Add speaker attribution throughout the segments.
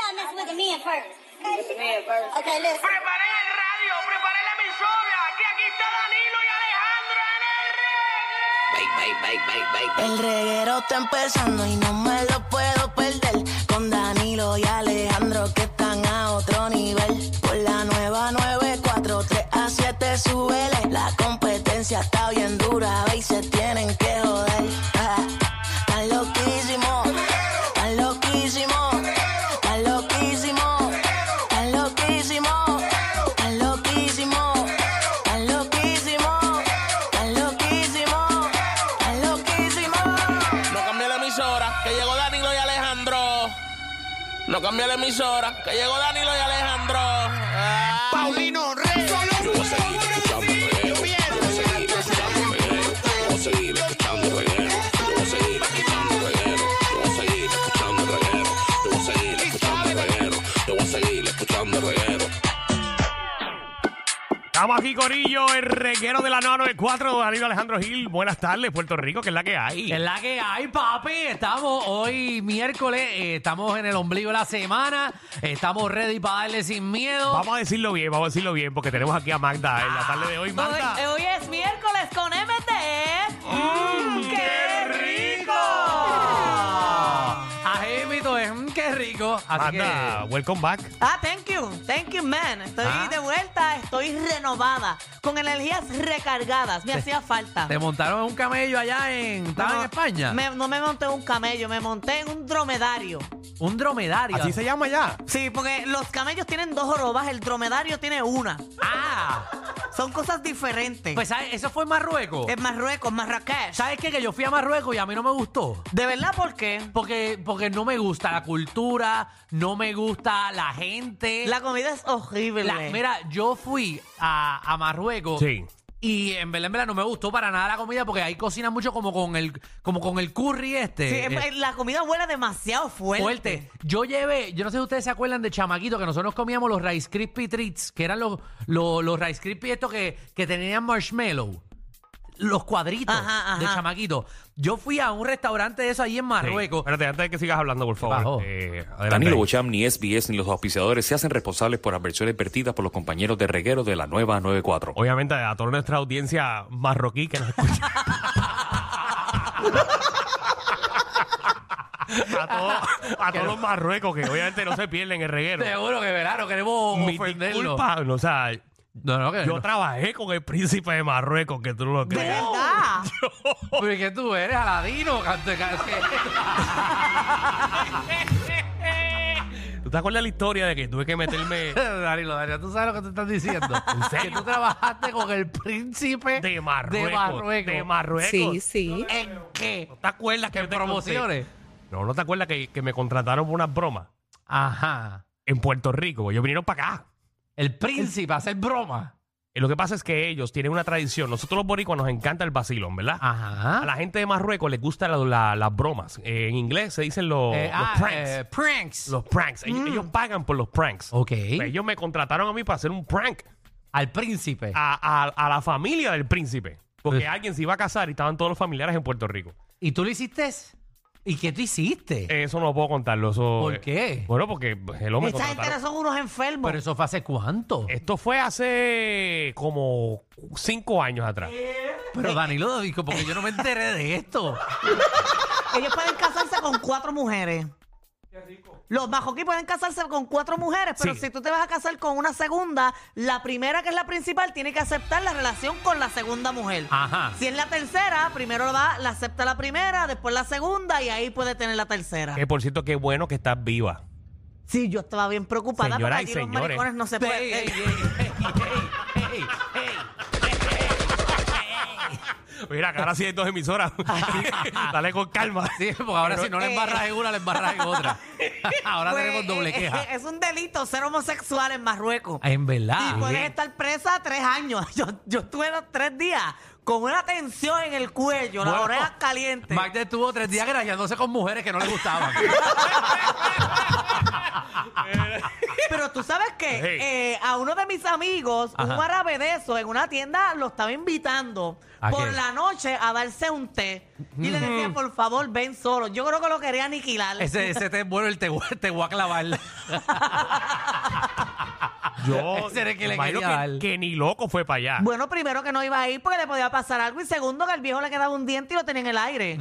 Speaker 1: Y'all mess with the men first.
Speaker 2: Preparé
Speaker 1: Okay, listen.
Speaker 2: el radio, preparé la emisora. Aquí, aquí está Danilo y Alejandro en el reggae.
Speaker 3: El reguero está empezando y no me lo puedo perder. Con Danilo y Alejandro que están a otro nivel. Por la nueva 943 a 7 súbele. La competencia está bien dura ve, y se tienen que joder. Ah, Están loquísimos, están loquísimos, están loquísimos, están loquísimos, están loquísimos, están loquísimos, están loquísimos, están loquísimos.
Speaker 4: No cambie la emisora, que llegó Danilo y Alejandro. No cambie la emisora, que llegó Danilo y Alejandro. Ah.
Speaker 5: Paulino Rey. Yo voy a seguir escuchando reggae. Yo voy a seguir escuchando reggae. Yo voy a seguir escuchando reggae. Yo voy a seguir escuchando reggae. Yo voy a seguir escuchando reggae. Yo voy a seguir escuchando reggae. Yo voy a seguir escuchando reggae.
Speaker 6: Estamos aquí, Corillo, el reguero de la 994, Danilo Alejandro Gil. Buenas tardes, Puerto Rico, que es la que hay.
Speaker 7: Es la que hay, papi. Estamos hoy miércoles, eh, estamos en el ombligo de la semana, estamos ready para darle sin miedo.
Speaker 6: Vamos a decirlo bien, vamos a decirlo bien, porque tenemos aquí a Magda en la tarde
Speaker 7: Ah,
Speaker 6: de hoy. Magda.
Speaker 8: Hoy, hoy es miércoles con MT. Mm, Ah,
Speaker 7: Ají, mito, es mm, qué rico. Así
Speaker 6: Magda,
Speaker 7: que
Speaker 6: welcome back.
Speaker 8: Ah, thank you, thank you, man. Estoy
Speaker 7: Ah.
Speaker 8: de vuelta, estoy renovada, con energías recargadas. Me hacía falta.
Speaker 7: te montaron en un camello allá en, ¿estaba en
Speaker 8: No,
Speaker 7: España.
Speaker 8: me- no me monté en un camello, me monté en un dromedario.
Speaker 7: Un dromedario.
Speaker 6: Así se llama ya.
Speaker 8: Sí, porque los camellos tienen dos jorobas, el dromedario tiene una.
Speaker 7: Ah,
Speaker 8: Son cosas diferentes.
Speaker 7: pues ¿sabes? eso fue en Marruecos.
Speaker 6: Eh,
Speaker 8: en Marruecos, Marrakech.
Speaker 7: ¿Sabes qué? Que yo fui a Marruecos y a mí no me gustó.
Speaker 8: ¿De verdad por qué?
Speaker 7: Porque, porque no me gusta la cultura, no me gusta la gente.
Speaker 8: La comida es horrible.
Speaker 7: La- mira, yo fui a, a Marruecos
Speaker 6: Sí.
Speaker 7: y en verdad, en verdad no me gustó para nada la comida porque ahí cocinan mucho como con el, como con el curry este.
Speaker 8: Sí,
Speaker 7: eh,
Speaker 8: eh, la comida huele demasiado fuerte.
Speaker 7: fuerte. Yo llevé, yo no sé si ustedes se acuerdan de chamaquito que nosotros comíamos los Rice Krispie Treats, que eran los, los, los Rice Krispie estos que, que tenían marshmallow. Los cuadritos
Speaker 8: Ajá, ajá.
Speaker 7: de chamaquito. Yo fui a un restaurante de eso ahí en Marruecos.
Speaker 6: Espérate, antes de que sigas hablando, por
Speaker 7: bajó?
Speaker 6: favor. eh, adelante.
Speaker 9: Danilo Bocham, ni SBS, ni los auspiciadores se hacen responsables por adversiones vertidas por los compañeros de reguero de la nueva 94.
Speaker 6: Obviamente, a toda nuestra audiencia marroquí que nos escucha. a todo- a todos los marruecos que obviamente no se pierden el reguero.
Speaker 7: Seguro que verá, no queremos
Speaker 6: Mi
Speaker 7: ofenderlo.
Speaker 6: disculpa, o sea,
Speaker 7: No, no, que
Speaker 6: yo
Speaker 7: no.
Speaker 6: trabajé con el príncipe de Marruecos, que tú no lo
Speaker 8: ¿De
Speaker 6: creas.
Speaker 8: verdad?
Speaker 7: Pero Pues es que tú eres Aladino, canto de
Speaker 6: ¿Tú te acuerdas la historia de que tuve que meterme
Speaker 7: Danilo, Danilo, tú sabes lo que te estás diciendo. Que tú trabajaste con el príncipe
Speaker 6: de Marruecos?
Speaker 7: De Marruecos.
Speaker 6: de Marruecos.
Speaker 7: sí. ¿En qué?
Speaker 6: ¿No te acuerdas que
Speaker 7: ¿En
Speaker 6: yo te conté?
Speaker 7: promociones?
Speaker 6: No, ¿no te acuerdas que, que me contrataron por unas bromas
Speaker 7: Ajá.
Speaker 6: en Puerto Rico? pues, Ellos vinieron para acá.
Speaker 7: El príncipe, hacer broma.
Speaker 6: Y lo que pasa es que ellos tienen una tradición. Nosotros los boricuas nos encanta el vacilón, ¿verdad? A
Speaker 7: Ajá.
Speaker 6: la gente de Marruecos les gustan la- la- las bromas. Eh, en inglés se dicen los,
Speaker 7: Eh,
Speaker 6: los
Speaker 7: ah,
Speaker 6: pranks.
Speaker 7: eh, pranks.
Speaker 6: Los pranks. Ellos, ellos pagan por los pranks.
Speaker 7: Ok.
Speaker 6: Pues Ellos me contrataron a mí para hacer un prank.
Speaker 7: Al príncipe.
Speaker 6: a, a- a la familia del príncipe. Porque
Speaker 7: Eh.
Speaker 6: alguien se iba a casar y estaban todos los familiares en Puerto Rico. Eh,
Speaker 7: ¿Y tú lo hiciste? ¿Y qué tú hiciste?
Speaker 6: Eso no puedo contarlo. Eso,
Speaker 7: ¿Por
Speaker 6: eh,
Speaker 7: qué?
Speaker 6: Bueno, porque pues, hello, me
Speaker 8: Esta gente
Speaker 6: contrataron.
Speaker 8: son unos enfermos.
Speaker 7: Pero eso fue hace cuánto.
Speaker 6: Esto fue hace como cinco años atrás.
Speaker 8: Eh.
Speaker 6: eh.
Speaker 7: Pero Danilo, digo, porque yo no me enteré de esto.
Speaker 8: Ellos pueden casarse con cuatro mujeres. Los majoquí pueden casarse con cuatro mujeres, pero
Speaker 6: Sí.
Speaker 8: si tú te vas a casar con una segunda, la primera que es la principal tiene que aceptar la relación con la segunda mujer.
Speaker 7: Ajá.
Speaker 8: Si es la tercera, primero va, la acepta la primera, después la segunda y ahí puede tener la tercera.
Speaker 6: Que por cierto, qué bueno que estás viva.
Speaker 8: Sí, yo estaba bien preocupada
Speaker 6: Señoras
Speaker 8: porque
Speaker 6: y
Speaker 8: allí los
Speaker 6: señores.
Speaker 8: maricones no se
Speaker 7: Ey,
Speaker 8: pueden.
Speaker 7: ey, ey, ey, ey, ey, ey.
Speaker 6: Mira, que ahora sí hay dos emisoras. Dale con calma.
Speaker 7: Sí, porque ahora si no la
Speaker 8: eh,
Speaker 7: embarras en una, la embarras en otra. ahora
Speaker 8: Pues,
Speaker 7: tenemos doble
Speaker 8: eh, eh,
Speaker 7: queja.
Speaker 8: Es un delito ser homosexual en Marruecos.
Speaker 7: En verdad.
Speaker 8: Y puedes estar presa tres años. Yo, yo estuve los tres días con una tensión en el cuello, las
Speaker 7: Bueno, pues,
Speaker 8: orejas calientes.
Speaker 7: Magda estuvo tres días grajeándose con mujeres que no le gustaban.
Speaker 8: Pero tú sabes que
Speaker 6: Hey.
Speaker 8: eh, a uno de mis amigos,
Speaker 7: Ajá.
Speaker 8: un árabe de esos, en una tienda lo estaba invitando
Speaker 7: ¿A
Speaker 8: por
Speaker 7: qué?
Speaker 8: la noche a darse un té. Y le decía, por favor, ven solo. Yo creo que lo quería aniquilar.
Speaker 7: ese, ese te bueno, el te, voy- te voy a clavar.
Speaker 6: Yo
Speaker 7: Ese era el que le
Speaker 6: imagino
Speaker 7: quería dar.
Speaker 6: que ni loco fue para allá.
Speaker 8: Bueno, primero que no iba a ir porque le podía pasar algo y segundo que al viejo le quedaba un diente y lo tenía en el aire.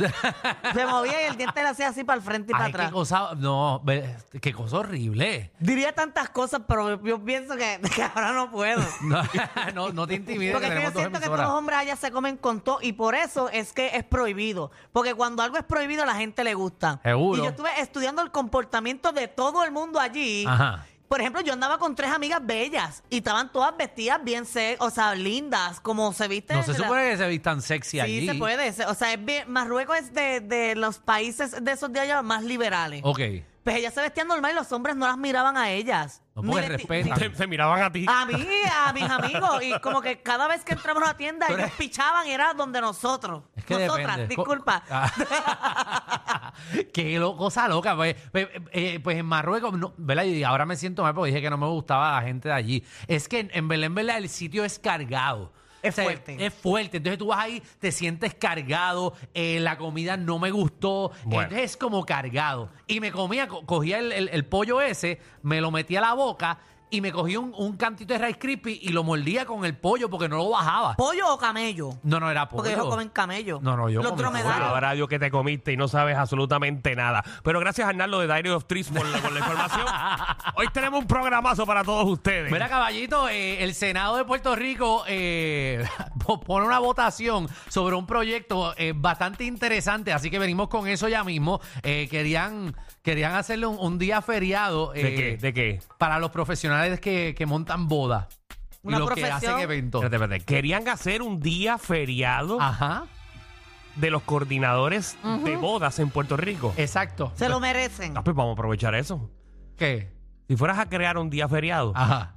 Speaker 8: Se movía y el diente le hacía así para el frente y para
Speaker 7: Ay, qué
Speaker 8: atrás.
Speaker 7: cosa. No, ve- qué cosa horrible.
Speaker 8: Diría tantas cosas, pero yo pienso que, que ahora no puedo.
Speaker 7: No, no, no te intimides.
Speaker 8: Porque
Speaker 7: que
Speaker 8: es que yo
Speaker 7: tenemos dos
Speaker 8: siento que todos los
Speaker 7: emisoras.
Speaker 8: hombres allá se comen con todo y por eso es que es prohibido. Porque cuando algo es prohibido, a la gente le gusta.
Speaker 7: Seguro.
Speaker 8: Y yo estuve estudiando el comportamiento de todo el mundo allí.
Speaker 7: Ajá.
Speaker 8: Por ejemplo, yo andaba con tres amigas bellas y estaban todas vestidas bien, se- o sea, lindas, como se viste.
Speaker 7: No se
Speaker 8: la-
Speaker 7: supone que se vistan sexy
Speaker 8: Sí,
Speaker 7: allí.
Speaker 8: se puede. se- O sea, es bien- Marruecos es de, de los países de esos de allá más liberales.
Speaker 7: Ok.
Speaker 8: Pues ellas se vestían normal y los hombres no las miraban a ellas.
Speaker 7: No, porque
Speaker 8: Ni le ti-
Speaker 7: respetan.
Speaker 6: se, se miraban a ti.
Speaker 8: a mí, a mis amigos. Y como que cada vez que entramos a la tienda,
Speaker 7: Pero
Speaker 8: ellos
Speaker 7: es-
Speaker 8: pichaban, era donde nosotros.
Speaker 7: Es que
Speaker 8: Nosotras,
Speaker 7: depende. Co-
Speaker 8: disculpa.
Speaker 7: Ah. Qué lo- cosa loca. Pues, pues, eh, pues en Marruecos, no, ¿verdad? Y ahora me siento mal porque dije que no me gustaba la gente de allí. Es que en, en Belén, ¿verdad? El sitio es cargado.
Speaker 8: Es fuerte.
Speaker 7: Es fuerte. Entonces tú vas ahí, te sientes cargado, eh, la comida no me gustó.
Speaker 6: Bueno.
Speaker 7: Entonces es como cargado. Y me comía, co- cogía el, el- el pollo ese, me lo metía a la boca y me cogía un, un cantito de Rice Krispie y lo mordía con el pollo porque no lo bajaba.
Speaker 8: ¿Pollo o camello?
Speaker 7: No, no era pollo.
Speaker 8: Porque ellos comen camello.
Speaker 7: No, no, yo
Speaker 8: Los
Speaker 7: comí pollo.
Speaker 8: dromedarios.
Speaker 6: Ahora Dios que te comiste y no sabes absolutamente nada. Pero gracias, Arnaldo, de Diary of Trees por la, por la información. Hoy tenemos un programazo para todos ustedes.
Speaker 7: Mira, caballito, eh, el Senado de Puerto Rico eh, po- pone una votación sobre un proyecto eh, bastante interesante, así que venimos con eso ya mismo. Eh, querían, querían hacerle un, un día feriado
Speaker 6: ¿De qué?
Speaker 7: eh,
Speaker 6: ¿De qué?
Speaker 7: para los profesionales que, que montan bodas y
Speaker 8: Una
Speaker 7: los que
Speaker 8: profesión.
Speaker 7: hacen eventos.
Speaker 6: Espérate, espérate. Querían hacer un día feriado
Speaker 7: Ajá,
Speaker 6: de los coordinadores de bodas en Puerto Rico.
Speaker 7: exacto.
Speaker 8: Se lo merecen.
Speaker 6: Ah, pues vamos a aprovechar eso.
Speaker 7: ¿Qué?
Speaker 6: Si fueras a crear un día feriado,
Speaker 7: Ajá.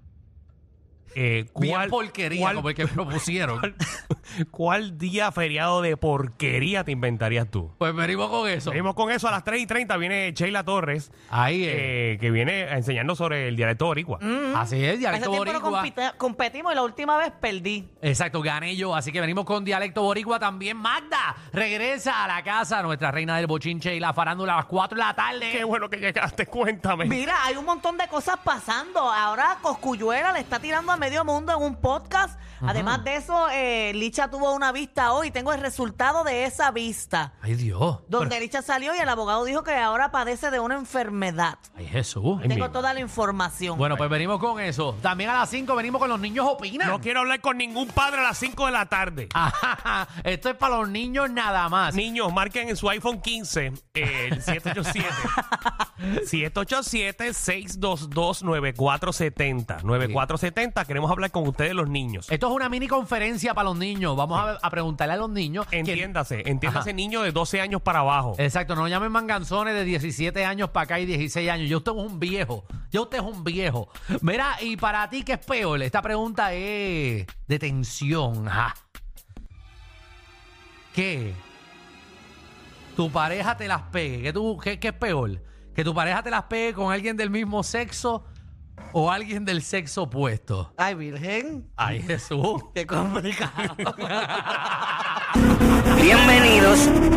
Speaker 6: eh,
Speaker 7: Ah. Bien porquería
Speaker 6: cuál-
Speaker 7: como el que propusieron.
Speaker 6: cuál- cuál día feriado de porquería te inventarías tú?
Speaker 7: Pues venimos con eso.
Speaker 6: Seguimos con eso. A las 3 y 30 viene Sheila Torres,
Speaker 7: Ahí es.
Speaker 6: eh, que viene a enseñarnos sobre el dialecto boricua.
Speaker 7: Mm. Así es,
Speaker 8: Hace
Speaker 7: dialecto
Speaker 8: tiempo no
Speaker 7: boricua.
Speaker 8: compite- competimos y la última vez perdí.
Speaker 7: Exacto, gané yo. Así que venimos con dialecto boricua también. Magda, regresa a la casa, nuestra reina del bochinche y la farándula a las 4 de la tarde.
Speaker 6: Qué bueno que llegaste, cuéntame.
Speaker 8: Mira, hay un montón de cosas pasando. Ahora Coscuyuela le está tirando a medio mundo en un podcast. Además de eso, eh, Licha tuvo una vista hoy. Tengo el resultado de esa vista.
Speaker 7: Ay, Dios.
Speaker 8: Donde Licha salió y el abogado dijo que ahora padece de una enfermedad.
Speaker 7: Ay, Jesús.
Speaker 6: Ay, mi
Speaker 8: Tengo toda la información.
Speaker 7: Bueno, pues venimos con eso. También a las 5 venimos con los niños opinan.
Speaker 6: No quiero hablar con ningún padre a las 5 de la tarde.
Speaker 7: Ajá, esto es para los niños nada más.
Speaker 6: Niños, marquen en su iPhone 15 eh, el 787 787 9470 9470 queremos hablar con ustedes los niños.
Speaker 7: Esto es una mini conferencia para los niños. Vamos a, a preguntarle a los niños. que-
Speaker 6: Entiéndase, entiéndase niño de 12 años para abajo.
Speaker 7: Exacto, no llamen manganzones de 17 años para acá y 16 años. Ya usted es un viejo. Ya usted es un viejo. Mira, y para ti, ¿qué es peor? Esta pregunta es de tensión. ajá. ¿Qué? Tu pareja te las pegue. ¿Qué, tú, qué, qué es peor? ¿Que tu pareja te las pegue con alguien del mismo sexo o alguien del sexo opuesto?
Speaker 8: Ay, Virgen,
Speaker 7: Ay, Jesús.
Speaker 8: qué complicado.
Speaker 10: Bienvenidos